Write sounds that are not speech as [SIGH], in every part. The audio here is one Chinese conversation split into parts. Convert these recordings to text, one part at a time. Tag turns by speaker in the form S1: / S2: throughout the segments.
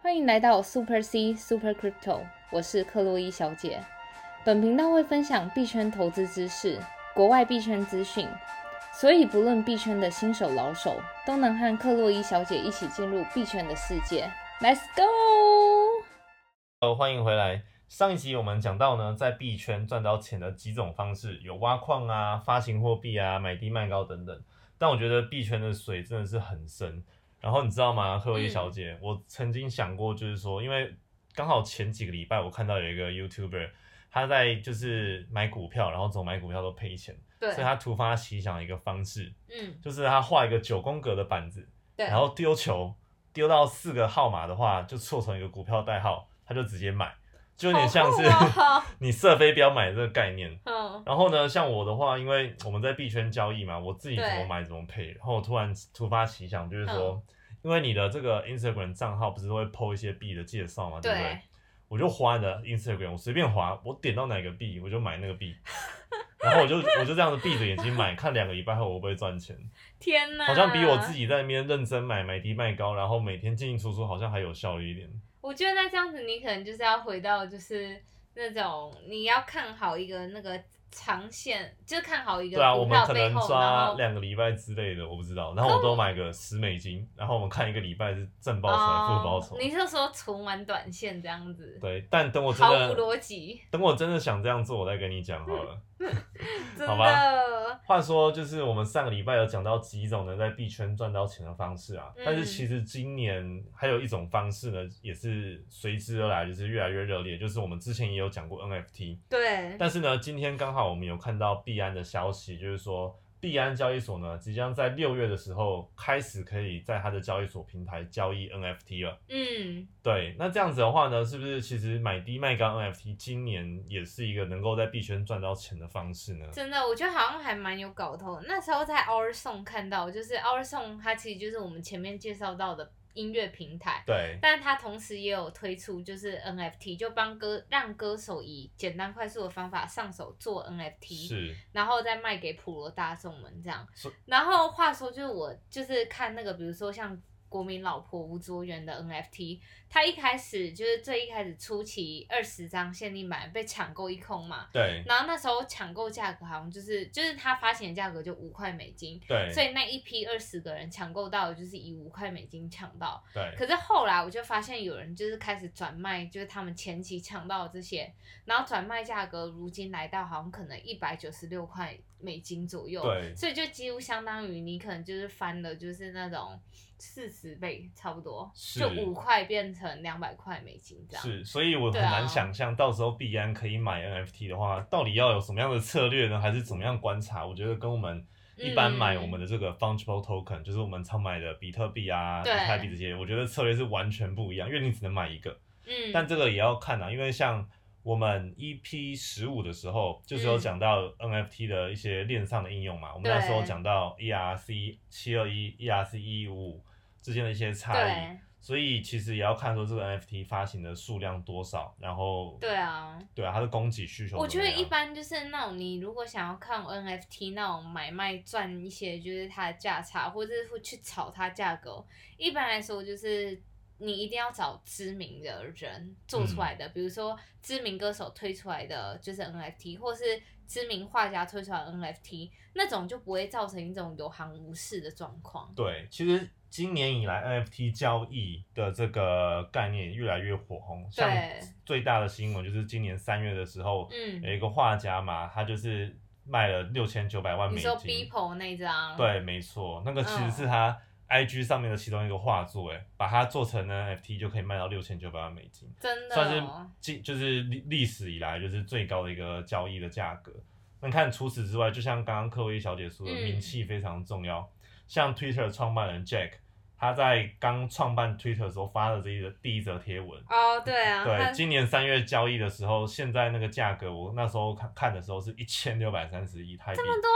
S1: 欢迎来到 Super C Super Crypto，我是克洛伊小姐。本频道会分享币圈投资知识、国外币圈资讯，所以不论币圈的新手老手，都能和克洛伊小姐一起进入币圈的世界。Let's go！
S2: 呃，欢迎回来。上一集我们讲到呢，在币圈赚到钱的几种方式，有挖矿啊、发行货币啊、买低卖高等等。但我觉得币圈的水真的是很深。然后你知道吗，克洛伊小姐，我曾经想过，就是说，因为刚好前几个礼拜我看到有一个 YouTuber，他在就是买股票，然后总买股票都赔钱，
S3: 对
S2: 所以他突发奇想一个方式，
S3: 嗯，
S2: 就是他画一个九宫格的板子，
S3: 对
S2: 然后丢球，丢到四个号码的话，就凑成一个股票代号，他就直接买，就有点像是、
S3: 好酷哦
S2: [LAUGHS] 你射飞镖买这个概念。
S3: 嗯，
S2: 然后呢，像我的话，因为我们在币圈交易嘛，我自己怎
S3: 对嗯
S2: 么买怎么配。然后我突然突发奇想，就是说，因为你的这个 Instagram 账号不是会 PO 一些币的介绍嘛，对不对
S3: 对？，
S2: 我就划你的 Instagram，我随便划，我点到哪个币我就买那个
S3: [LAUGHS]
S2: 币，然后我就我就这样子闭着眼睛买，看两个礼拜后我会不会赚钱。
S3: 天 [LAUGHS] 哪，
S2: 好像比我自。己在那边认真买买低卖高，然后每天进进出出，好像还有效率一点。
S3: 我觉得那这样子，你可能就是要回到就是那种你要看好一个那个长线，就看好一个
S2: 对啊，我
S3: 股
S2: 们
S3: 票
S2: 可
S3: 背
S2: 能
S3: 后，然
S2: 抓
S3: 后
S2: 两个礼拜之类的，我不知道。然后我都买个十美金，然后我们看一个礼拜是正报酬还是负报酬
S3: 哦。你是说存完短线这样子？
S2: 对，但等我真
S3: 毫无
S2: 的
S3: 逻辑，
S2: 等我真的想这样做，我再跟你讲好了。
S3: 真
S2: 好吧
S3: 的。
S2: [LAUGHS] 话说，就是我们上个礼拜有讲到几种能在币圈赚到钱的方式啊，
S3: 嗯
S2: 但是其实今年还有一种方式呢，也是随之而来，就是越来越热烈，就是我们之前也有讲过 NFT。
S3: 对，
S2: 但是呢，今天刚好我们有看到币安的消息，就是说币安交易所呢，即将在六月的时候开始可以在它的交易所平台交易 NFT 了。
S3: 嗯，
S2: 对，那这样子的话呢，是不是其实买低卖高 NFT 今年也是一个能够在币圈赚到钱的方式呢？
S3: 真的，我觉得好像还蛮有搞头。那时候在 Our Song 看到，就是 Our Song 它其实就是我们前面介绍到的音乐平台。
S2: 对，
S3: 但它同时也有推出就是 NFT，就帮歌让歌手以简单快速的方法上手做 NFT，
S2: 是，
S3: 然后再卖给普罗大众们这样
S2: 是。
S3: 然后话说，就是我就是看那个，比如说像国民老婆吴卓源的 NFT，他一开始就是最一开始初期二十张限定版被抢购一空嘛。
S2: 对，
S3: 然后那时候抢购价格好像就是就是他发行的价格就五块美金，
S2: 对，
S3: 所以那一批二十个人抢购到的就是以五块美金抢到，
S2: 对，
S3: 可是后来我就发现有人就是开始转卖，就是他们前期抢到的这些，然后转卖价格如今来到好像可能一百九十六块美金左右，
S2: 对
S3: 所以就几乎相当于你可能就是翻了就是那种四十倍差不多，
S2: 是
S3: 就五块变成两百块美金这样。
S2: 是，所以我很
S3: 对啊
S2: 难想象到时候币安可以买 NFT 的话，到底要有什么样的策略呢？还是怎么样观察？我觉得跟我们一般买
S3: 嗯
S2: 我们的这个 fungible token，、就是我们常买的比特币啊、以
S3: 对
S2: 太币这些，我觉得策略是完全不一样，因为你只能买一个。
S3: 嗯，
S2: 但这个也要看啊，因为像我们 EP 十五的时候，就是
S3: 嗯
S2: 有讲到 NFT 的一些链上的应用嘛。我们那时候
S3: 对
S2: 讲到 ERC 七二一、ERC 一五五之间的一些差异。
S3: 对
S2: 所以其实也要看说这个 NFT 发行的数量多少，然后
S3: 对啊，
S2: 对啊，它的供给需求
S3: 我
S2: 怎
S3: 觉
S2: 么
S3: 得
S2: 样。
S3: 一般就是那种你如果想要看 NFT 那种买卖赚一些就是它的价差，或者是会去炒它价格，一般来说就是你一定要找知名的人做出
S2: 嗯
S3: 来的，比如说知名歌手推出来的就是 NFT，或是知名画家推出来的 NFT，那种就不会造成一种有行无市的状况。
S2: 对，其实今年以来 NFT 交易的这个概念越来越火红，像
S3: 对
S2: 最大的新闻就是今年三月的时候，
S3: 嗯，
S2: 有一个画家嘛，他就是卖了六千九百万
S3: 你
S2: 美
S3: 说
S2: 金。
S3: Beeple 那张，
S2: 对，没错，那个其实
S3: 嗯
S2: 是他 IG 上面的其中一个画作，哎，把它做成 NFT 就可以卖到六千九百万美金。
S3: 真的
S2: 算是
S3: 哦
S2: 近就是历历史以来就是最高的一个交易的价格。那看除此之外，就像刚刚克薇小姐说的，
S3: 嗯
S2: 名气非常重要。像 Twitter 创办人 Jack，他在刚创办 Twitter 的时候发的这一个第一则贴文。
S3: 哦，对啊，
S2: 对，
S3: 他
S2: 今年三月交易的时候，现在那个价格，我那时候看看的时候是一千六百三十一泰币，这么多，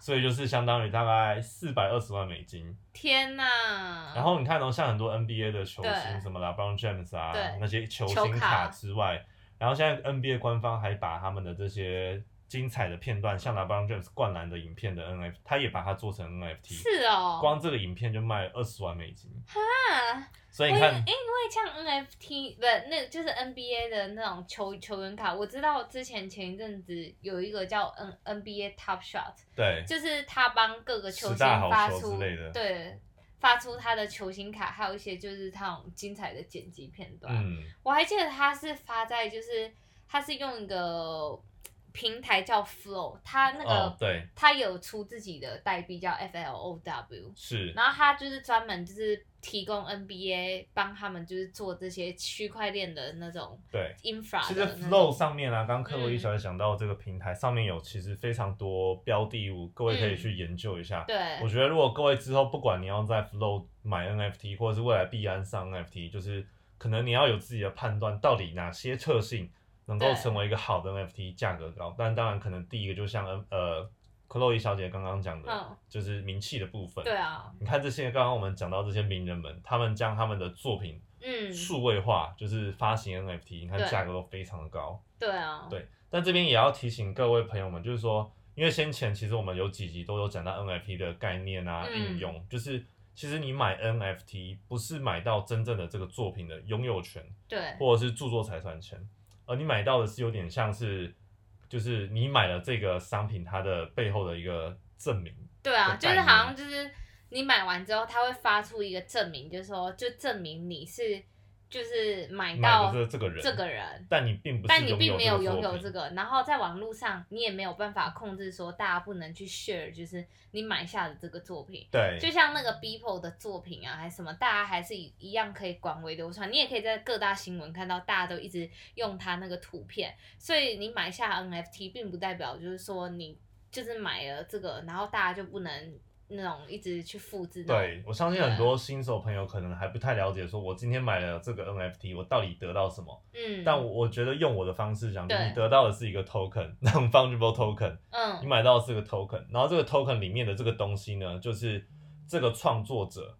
S2: 所以就是相当于大概四百二十万美金。
S3: 天哪，
S2: 然后你看哦，像很多 NBA 的球星
S3: 啊对
S2: 什么 LeBron James 啊
S3: 对，
S2: 那些球
S3: 球
S2: 星卡
S3: 卡
S2: 之外，然后现在 NBA 官方还把他们的这些精彩的片段，像 LeBron James 灌篮的影片的 NFT，他也把它做成 NFT，
S3: 是哦，
S2: 光这个影片就卖了二十万美金。
S3: 啊，
S2: 所以
S3: 我
S2: 你
S3: 有
S2: 看
S3: 因，为像 NFT 不，那就是 NBA 的那种球球员卡，我知道之前前一阵子有一个叫 N NBA Top Shot，
S2: 对，
S3: 就是他帮各个球
S2: 十
S3: 星
S2: 大好
S3: 发
S2: 球
S3: 出
S2: 之类的
S3: 对。发出他的球星卡，还有一些就是他那种精彩的剪辑片段。
S2: 嗯，
S3: 我还记得他是发在，就是他是用一个平台叫 Flow，他那个、
S2: 哦，对，
S3: 他有出自己的代币叫 FLOW，
S2: 是，
S3: 然后他就是专门就是提供 NBA 帮他们就是做这些区块链的那种
S2: 对。
S3: infra
S2: 其实
S3: 的
S2: Flow
S3: 那种。
S2: 上面啊，刚刚克洛伊
S3: 嗯
S2: 小姐讲到这个平台、上面有其实非常多标的物，各位可以
S3: 嗯
S2: 去研究一下。我
S3: 对，
S2: 觉得如果各位之后不管你要在 Flow 买 NFT，或者是未来币安上 NFT，就是可能你要有自己的判断，到底哪些特性能够
S3: 对
S2: 成为一个好的 NFT，价格高。但当然，可能第一个就像呃克洛伊小姐刚刚讲的，
S3: 嗯
S2: 就是名气的部分。
S3: 对啊，
S2: 你看这些，刚刚我们讲到这些名人们，他们将他们的作品
S3: 嗯，
S2: 数位化，就是发行 NFT，你看
S3: 对
S2: 价格都非常的高。
S3: 对啊，
S2: 对但这边也要提醒各位朋友们，就是说，因为先前其实我们有几集都有讲到 NFT 的概念啊、
S3: 嗯
S2: 应用，就是其实你买 NFT 不是买到真正的这个作品的拥有权
S3: 对，
S2: 或者是著作财产权，而你买到的是有点像是，就是你买了这个商品它的背后的一个证明。
S3: 对啊，
S2: 的概
S3: 就是
S2: 念
S3: 好像就是你买完之后，他会发出一个证明，就是说就证明你是就是买
S2: 买
S3: 到
S2: 的是这个人，
S3: 这个人，
S2: 但你并不是
S3: 但
S2: 拥
S3: 你
S2: 有
S3: 并没有拥
S2: 作
S3: 有
S2: 品
S3: 这个，然后在网络上你也没有办法控制说大家不能去 share，就是你买下的这个作品。
S2: 对，
S3: 就像那个 Beeple 的作品啊，还是什么，大家还是一一样可以广为流传。你也可以在各大新闻看到，大家都一直用它那个图片。所以你买下 NFT，并不代表就是说你就是买了这个，然后大家就不能那种一直去复制那种。
S2: 对，我
S3: 啊
S2: 相信很多新手朋友可能还不太了解，说我今天买了这个 NFT，我到底得到什么？
S3: 嗯，
S2: 但我我觉得用我的方式讲，就
S3: 对
S2: 你得到的是一个 token，那 [LAUGHS] 种 fungible token，你
S3: 嗯，
S2: 买到的是个 token，然后这个 token 里面的这个东西呢，就是这个创作者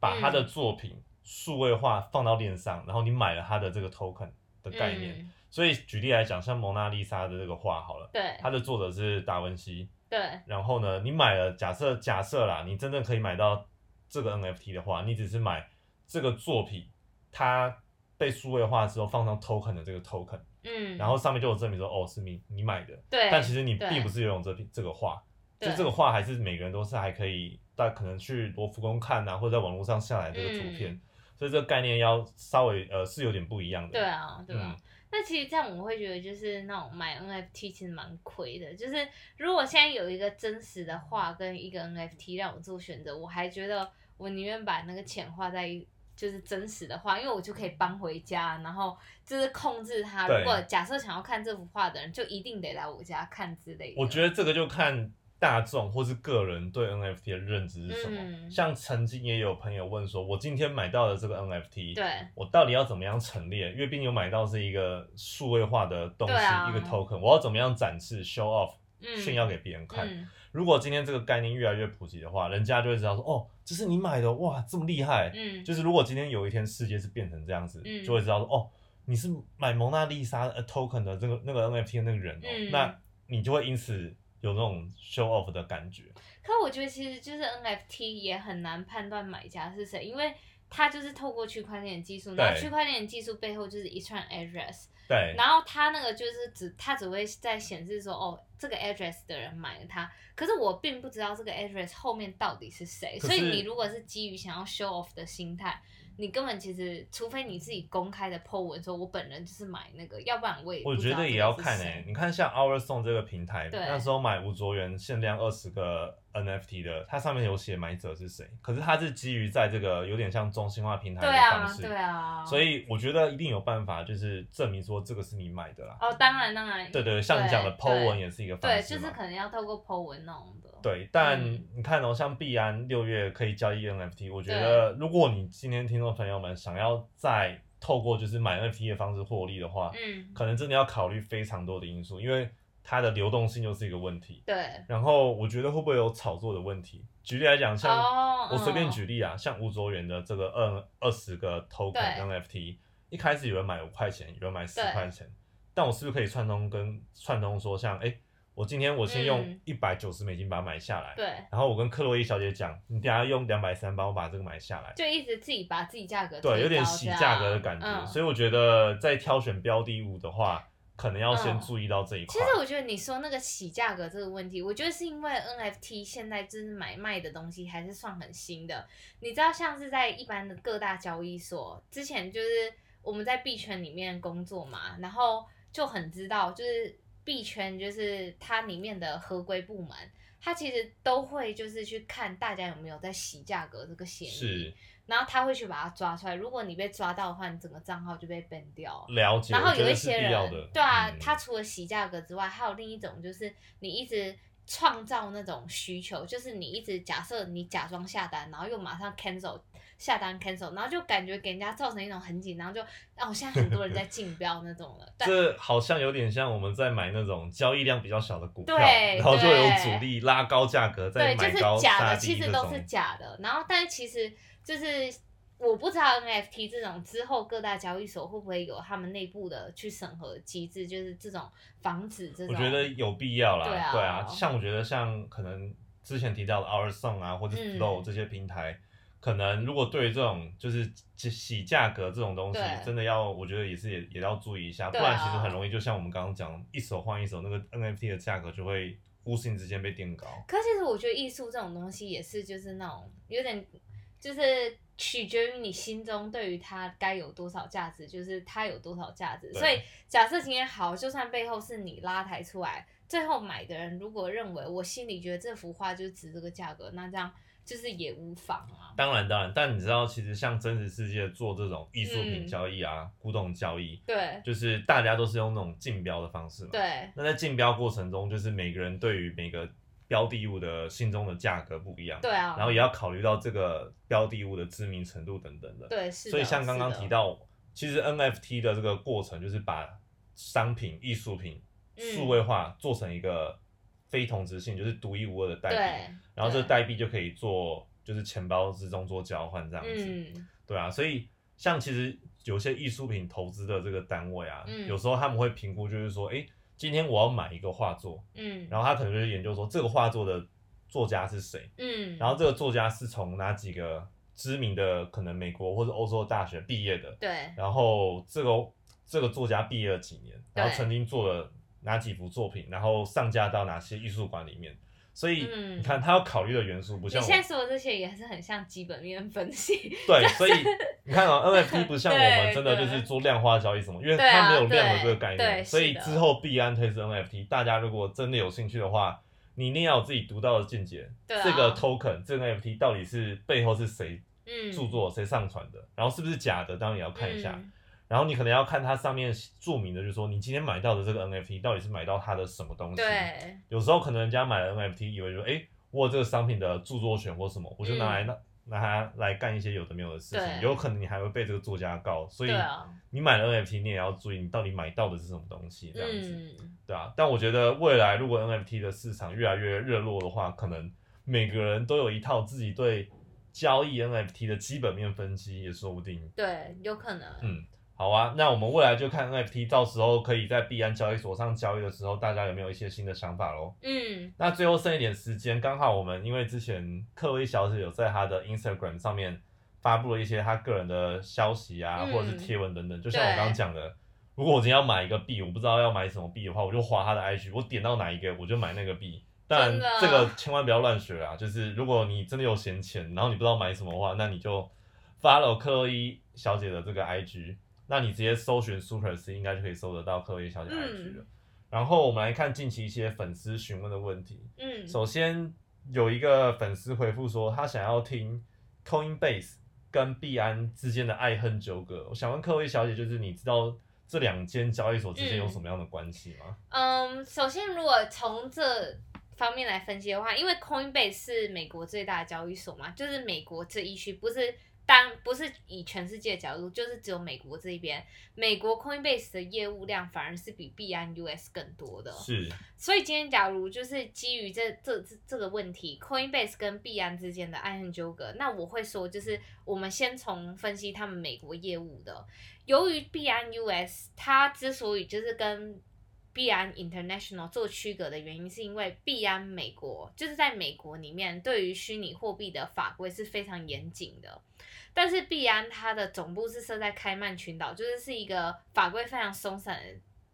S2: 把他的作品数位化放到链上，然后你买了他的这个 token 的概念。
S3: 嗯
S2: 所以举例来讲，像蒙娜丽莎的这个画好了，
S3: 对
S2: 它的作者是达文西，
S3: 对，
S2: 然后呢，你买了，假设假设啦，你真正可以买到这个 NFT 的话，你只是买这个作品，它被数位化之后放上 token 的这个 token，
S3: 嗯，
S2: 然后上面就有证明说，哦，是你你买的，
S3: 对，
S2: 但其实你
S3: 对
S2: 并不是拥有这这个画，就
S3: 对
S2: 这个画还是每个人都是还可以，但可能去罗浮宫看啊，或者在网络上下载这个图片，所以这个概念要稍微呃是有点不一样的。嗯
S3: 嗯对啊，对啊。那其实这样我会觉得，就是那种买 NFT 其实蛮亏的。就是如果现在有一个真实的画跟一个 NFT 让我做选择，我还觉得我宁愿把那个钱花在就是真实的画，因为我就可以搬回家，然后就是控制它。
S2: 对
S3: 如果假设想要看这幅画的人，就一定得来我家看之类的。
S2: 我觉得这个就看大众或是个人对 NFT 的认知是什么。
S3: 嗯
S2: 像曾经也有朋友问说，我今天买到的这个 NFT，
S3: 对
S2: 我到底要怎么样陈列？因为毕竟我买到是一个数位化的东西，
S3: 对啊
S2: 一个 token，我要怎么样展示 show off？
S3: 嗯
S2: 炫耀给别人看。
S3: 嗯
S2: 如果今天这个概念越来越普及的话，人家就会知道说，哦，这是你买的，哇，这么厉害。
S3: 嗯，
S2: 就是如果今天有一天世界是变成这样子，
S3: 嗯
S2: 就会知道说哦，你是买蒙娜丽莎呃 token 的这个那个 NFT 的那个人哦，
S3: 嗯
S2: 那你就会因此有那种 show off 的感觉。
S3: 可我觉得其实就是 NFT 也很难判断买家是谁，因为它就是透过区块链技术，
S2: 对
S3: 然后区块链技术背后就是一串 address，
S2: 对，
S3: 然后它那个就是只它只会在显示说哦这个 address 的人买了它，可是我并不知道这个 address 后面到底是谁，
S2: 可
S3: 所
S2: 是
S3: 以你如果是基于想要 show off 的心态。你根本其实，除非你自己公开的 po 文说，我本人就是买那个，要不然我也
S2: 我
S3: 不知
S2: 觉
S3: 道
S2: 得
S3: 这
S2: 也
S3: 个
S2: 要
S3: 是
S2: 看诶、欸
S3: 谁
S2: 你看像 Our Song 这个平台，
S3: 对
S2: 那时候买吴卓源限量二十个 NFT 的，它上面有写买者是谁，可是它是基于在这个有点像中心化平台
S3: 对
S2: 的方
S3: 啊，
S2: 式，
S3: 对啊，
S2: 所
S3: 以
S2: 以我觉得一定有办法，就是证明说这个是你买的啦。
S3: 哦，当然当然，
S2: 对对，像你讲的
S3: 对
S2: Po
S3: 对
S2: 文也是一个方式
S3: 对，
S2: 嘛，
S3: 就是可能要透过 Po 文那种的。
S2: 对，但
S3: 嗯
S2: 你看哦，像币安六月可以交易 NFT，我觉得如果你今天听众朋友们想要再透过就是买 NFT 的方式获利的话，
S3: 嗯，
S2: 可能真的要考虑非常多的因素，因为它的流动性又是一个问题。
S3: 对。
S2: 然后我觉得会不会有炒作的问题？举例来讲，像
S3: 哦，
S2: 我随便
S3: 嗯，
S2: 举例啊，像吴卓源的这个二二十个 token
S3: 对
S2: NFT，一开始有人买五块钱，有人买十
S3: 对
S2: 块钱，但我是不是可以串通跟串通说像，诶哎，我今天我先用
S3: 嗯
S2: 一百九十美金把它买下来，
S3: 对，
S2: 然后我跟克洛伊小姐讲，你等一下用两百三帮我把这个买下来。
S3: 就一直自己把自己价格
S2: 对，
S3: 推
S2: 有点
S3: 高
S2: 洗
S3: 这样
S2: 价格的感觉，
S3: 嗯
S2: 所以我觉得在挑选标的物的话，可能要先注意到这一
S3: 嗯其
S2: 块。
S3: 实我觉得你说那个起价格这个问题，我觉得是因为 NFT 现在就是买卖的东西还是算很新的。你知道，像是在一般的各大交易所，之前就是我们在币圈里面工作嘛，然后就很知道，就是币圈就是它里面的合规部门，它其实都会就是去看大家有没有在洗价格这个嫌疑
S2: 是，
S3: 然后他会去把它抓出来。如果你被抓到的话，你整个账号就被 ban 掉了。
S2: 了解，
S3: 然后
S2: 我觉
S3: 有
S2: 得
S3: 一
S2: 是
S3: 些
S2: 必要的
S3: 人，，对啊，
S2: 嗯
S3: 他除了洗价格之外，还有另一种就是你一直创造那种需求，就是你一直假设你假装下单，然后又马上 cancel 下单 cancel，然后就感觉给人家造成一种很紧张，就哦，现在很多人在竞标那种了，
S2: [LAUGHS]
S3: 对
S2: 这好像有点像我们在买那种交易量比较小的股票，
S3: 对
S2: 然后就有
S3: 对
S2: 阻力拉高价格，再
S3: 对，就
S2: 买
S3: 是
S2: 高
S3: 假
S2: 杀
S3: 的，
S2: 低
S3: 其
S2: 这
S3: 实都
S2: 种
S3: 是。假的。然后，但其实就是我不知道 NFT 这种之后各大交易所会不会有他们内部的去审核机制，就是这种防止这
S2: 我
S3: 种。
S2: 觉得有必要啦，
S3: 对
S2: 对
S3: 啊
S2: 像我觉得像可能之前提到的 Our Song 啊，或者
S3: 嗯
S2: Flow 这些平台，可能如果对于这种就是洗洗价格这种东西
S3: 对，
S2: 真的要我觉得也是也也要注意一下，不
S3: 对啊
S2: 然其实很容易就像我们刚刚讲，一手换一手，那个 NFT 的价格就会忽视之间被垫高。
S3: 可其实我觉得艺术这种东西也是就是那种有点就是取决于你心中对于它该有多少价值，就是它有多少价值。
S2: 对啊
S3: 所以假设今天好，就算背后是你拉抬出来，最后买的人如果认为我心里觉得这幅画就值这个价格，那这样就是也无妨啊。
S2: 当然，当然，但你知道，其实像真实世界做这种艺术品
S3: 嗯
S2: 交易啊、古董交易，
S3: 对
S2: 就是大家都是用那种竞标的方式嘛。。
S3: 对
S2: 那在竞标过程中，就是每个人对于每个标的物的心中的价格不一样，
S3: 对啊，
S2: 然后也要考虑到这个标的物的知名程度等等的。
S3: 对是的，
S2: 所以像刚刚
S3: 是的
S2: 提，到，其实 NFT 的这个过程就是把商品、艺术品
S3: 嗯
S2: 数位化，做成一个非同质性，就是独一无二的代币，
S3: 对，
S2: 然后这
S3: 对
S2: 代币就可以做就是钱包之中做交换这样子。
S3: 嗯
S2: 对啊，所以像其实有些艺术品投资的这个单位啊，
S3: 嗯
S2: 有时候他们会评估，就是说，诶，今天我要买一个画作，
S3: 嗯，
S2: 然后他可能就会研究说这个画作的作家是谁，
S3: 嗯，
S2: 然后这个作家是从哪几个知名的可能美国或者欧洲大学毕业的，
S3: 对
S2: 然后这个这个作家毕业了几年，
S3: 对
S2: 然后曾经做了哪几幅作品，然后上架到哪些艺术馆里面，所以
S3: 嗯
S2: 你看他要考虑的元素不
S3: 你
S2: 像我
S3: 现在说的这些也是很像基本面分析， [LAUGHS]
S2: 对，所以你看啊，NFT 不像我们
S3: 对
S2: 真的就是做量化交易什么，因为
S3: 对啊
S2: 它没有量的这个概
S3: 对对
S2: 念，所以
S3: 是的
S2: 之后必安推出 NFT，大家如果真的有兴趣的话，你一定要有自己独到的见解。
S3: 对啊
S2: 这个 token 这个 NFT 到底是背后是谁
S3: 嗯，
S2: 著作、谁上传的，然后是不是假的，当然也要看一下。
S3: 嗯
S2: 然后你可能要看它上面注明的，就是说你今天买到的这个 NFT 到底是买到它的什么东西。
S3: 对，
S2: 有时候可能人家买了 NFT，以为说，哎，我有这个商品的著作权或什么，我就拿来那、拿它来干一些有的没有的事情，
S3: 嗯对
S2: 有可能你还会被这个作家告，所以
S3: 对啊，
S2: 你买了 NFT，你也要注意你到底买到的是什么东西，这样子，
S3: 嗯，
S2: 对啊。但我觉得未来如果 NFT 的市场越来越热络的话，可能每个人都有一套自己对交易 NFT 的基本面分析，也说不定。
S3: 对，有可能，
S2: 嗯好啊，那我们未来就看 NFT 到时候可以在币安交易所上交易的时候，大家有没有一些新的想法喽？
S3: 嗯
S2: 那最后剩一点时间，刚好我们因为之前克洛伊小姐有在她的 Instagram 上面发布了一些她个人的消息啊，
S3: 嗯
S2: 或者是贴文等等。就像我
S3: 对
S2: 刚刚讲的，如果我今天要买一个币，我不知道要买什么币的话，我就划她的 IG，我点到哪一个我就买那个币。当然
S3: 真的，
S2: 这个千万不要乱学啊！就是如果你真的有闲钱，然后你不知道买什么的话，那你就 follow 克洛伊小姐的这个 IG，那你直接搜寻 Super C 应该就可以搜得到克洛伊小姐
S3: 嗯
S2: IG 了。然后我们来看近期一些粉丝询问的问题。
S3: 嗯，
S2: 首先有一个粉丝回复说，他想要听 Coinbase 跟币安之间的爱恨纠葛。我想问各位小姐，就是你知道这两间交易所之间有什么样的关系吗？
S3: 嗯，首先如果从这方面来分析的话，因为 Coinbase 是美国最大的交易所嘛，就是美国这一区，不是当不是以全世界的角度，就是只有美国这一边，美国 Coinbase 的业务量反而是比币安 US 更多的，
S2: 是，
S3: 所以今天假如就是基于这这这这个问题，Coinbase 跟币安之间的爱恨纠葛，那我会说就是我们先从分析他们美国业务的。由于币安 US 它之所以就是跟币安 International 做区隔的原因，是因为币安美国就是在美国里面对于虚拟货币的法规是非常严谨的，但是币安它的总部是设在开曼群岛，就是是一个法规非常松散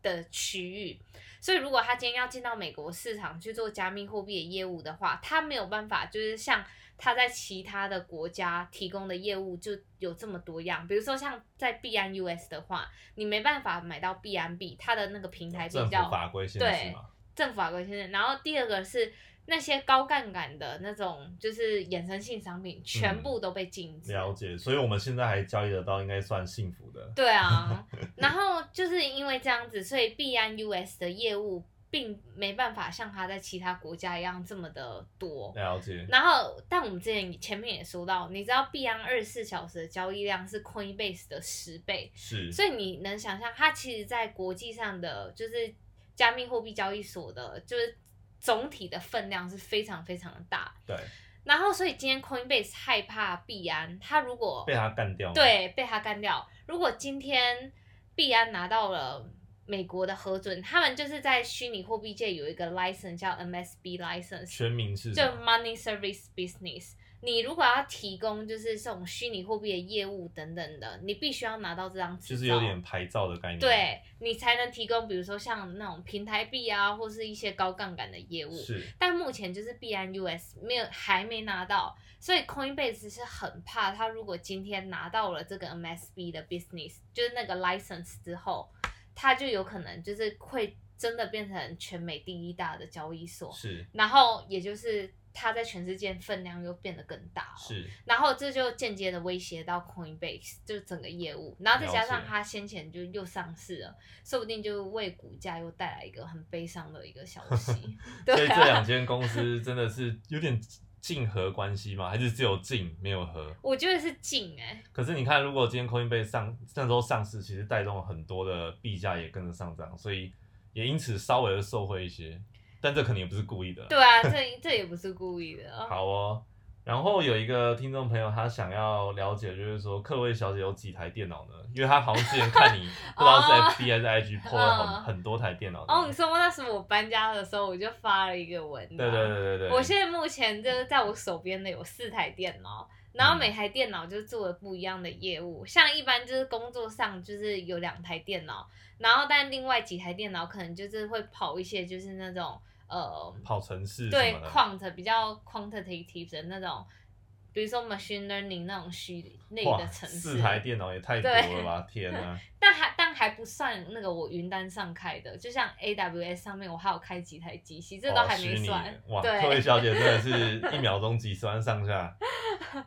S3: 的的区域，所以如果他今天要进到美国市场去做加密货币的业务的话，他没有办法就是像他在其他的国家提供的业务就有这么多样，比如说像在币安 US 的话，你没办法买到币安币，它的那个平台比
S2: 政府
S3: 较
S2: 法规限制
S3: 对
S2: 嘛，
S3: 政府法规限制。然后第二个是那些高杠杆的那种，就是衍生性商品，全部都被禁
S2: 嗯
S3: 止。
S2: 了解，所以我们现在还交易得到，应该算幸福的。
S3: 对啊，然后就是因为这样子，所以币安 US 的业务并没办法像它在其他国家一样这么的多。
S2: 了解，
S3: 然后，但我们之前前面也说到，你知道币安二十四小时的交易量是 Coinbase 的十倍，
S2: 是，
S3: 所以你能想象，它其实在国际上的就是加密货币交易所的，就是总体的分量是非常非常的大。
S2: 对，
S3: 然后，所以今天 Coinbase 害怕币安，它如果
S2: 被他干掉。，
S3: 对被它干掉，如果今天币安拿到了。美国的核准，他们就是在虚拟货币界有一个 license 叫 MSB license，
S2: 全名是
S3: 就
S2: 什么
S3: money service business。你如果要提供就是这种虚拟货币的业务等等的，你必须要拿到这张执照，
S2: 就是有点牌照的概念。，
S3: 对你才能提供，比如说像那种平台币啊，或是一些高杠杆的业务。
S2: 是
S3: 但目前就是币安 US 没有还没拿到，所以 Coinbase 是很怕他如果今天拿到了这个 MSB 的 business，就是那个 license 之后，他就有可能就是会真的变成全美第一大的交易所。
S2: 是
S3: 然后也就是它在全世界分量又变得更大了，
S2: 是，
S3: 然后这就间接的威胁到 Coinbase 就整个业务，然后再加
S2: 了
S3: 上
S2: 解
S3: 它先前就又上市了，说不定就为股价又带来一个很悲伤的一个消
S2: [LAUGHS]
S3: 息，
S2: 所以
S3: 对
S2: 这
S3: 啊。
S2: 两间公司真的是有点竞合关系吗？还是只有竞没有合？
S3: 我觉得是进哎、
S2: 可是你看，如果今天 Coinbase 上那时候上市，其实带动了很多的币价也跟着上涨，所以也因此稍微的受惠一些，但这肯定也不是故意的啦。
S3: 对啊，这这也不是故意的，啊
S2: 好哦。然后有一个听众朋友，他想要了解，就是说克洛伊小姐有几台电脑呢？因为他好像之前看
S3: [LAUGHS]
S2: 你不知道是 FB 还是 IG p 了很、
S3: 哦嗯
S2: 很多台电脑。
S3: 哦，你说那时候我搬家的时候，我就发了一个文章，
S2: 对对对对对，
S3: 啊我现在目前就是在我手边的有四台电脑，然后
S2: 嗯
S3: 每台电脑就做了不一样的业务，像一般就是工作上就是有两台电脑，然后但另外几台电脑可能就是会跑一些就是那种呃
S2: 跑城市什
S3: 对
S2: 么的，
S3: quant 比较 quantitative 的那种，比如说 machine learning 那种虚类
S2: 哇
S3: 的城市，
S2: 四台电脑也太多了吧！天啊，
S3: 但还但还不算那个我云端上开的，就像 AWS 上面我还有开几台机器， [LAUGHS] 这都
S2: 哇
S3: 还没
S2: 哦虚拟
S3: 算。
S2: 哇，
S3: 对
S2: 各位小姐真的是一秒钟几十万上下。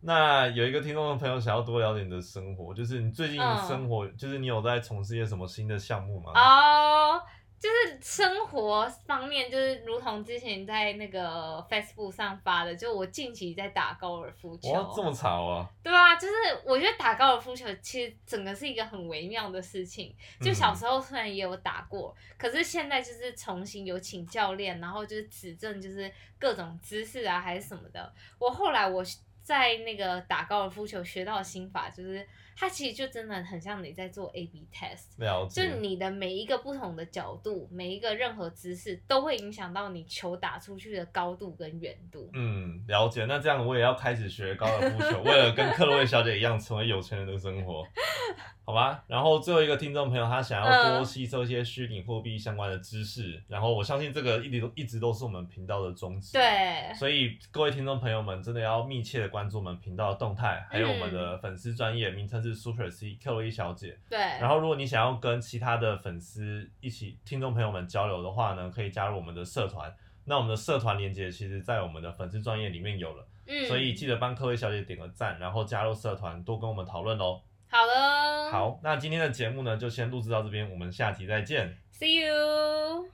S2: 那有一个听众的朋友想要多了解你的生活，就是你最近
S3: 嗯
S2: 生活，就是你有在从事一些什么新的项目吗？啊
S3: 哦就是生活方面，就是如同之前在那个 Facebook 上发的，就我近期在打高尔夫球，
S2: 哇，这么吵啊！
S3: 对啊，就是我觉得打高尔夫球其实整个是一个很微妙的事情。就小
S2: 嗯
S3: 时候虽然也有打过，可是现在就是重新有请教练，然后就是指正就是各种姿势啊还是什么的。我后来我在那个打高尔夫球学到的心法，就是它其实就真的很像你在做 A/B test。
S2: 嗯了
S3: 就
S2: 解，
S3: 你的每一个不同的角度，每一个任何姿势，都会影响到你球打出去的高度跟远度。
S2: 嗯，了解。那这样我也要开始学高尔夫球，为了跟克洛伊小姐一样成为有钱人的生活，好吧？然后最后一个听众朋友，他想要多
S3: 嗯
S2: 吸收一些虚拟货币相关的知识，然后我相信这个一直都一直都是我们频道的宗旨。。
S3: 对，
S2: 所以各位听众朋友们，真的要密切的关注我们频道的动态，还有我们
S3: 嗯
S2: 的粉丝专业，名称是 Super C 克洛伊小姐。
S3: 对，
S2: 然后，如果你想要跟其他的粉丝一起、听众朋友们交流的话呢，可以加入我们的社团。那我们的社团连接其实，在我们的粉丝专业里面有了，
S3: 嗯，
S2: 所以记得帮克洛伊小姐点个赞，然后加入社团，多跟我们讨论哦喽。
S3: 好了，
S2: 好，那今天的节目呢，就先录制到这边，我们下期再见。
S3: ，See you。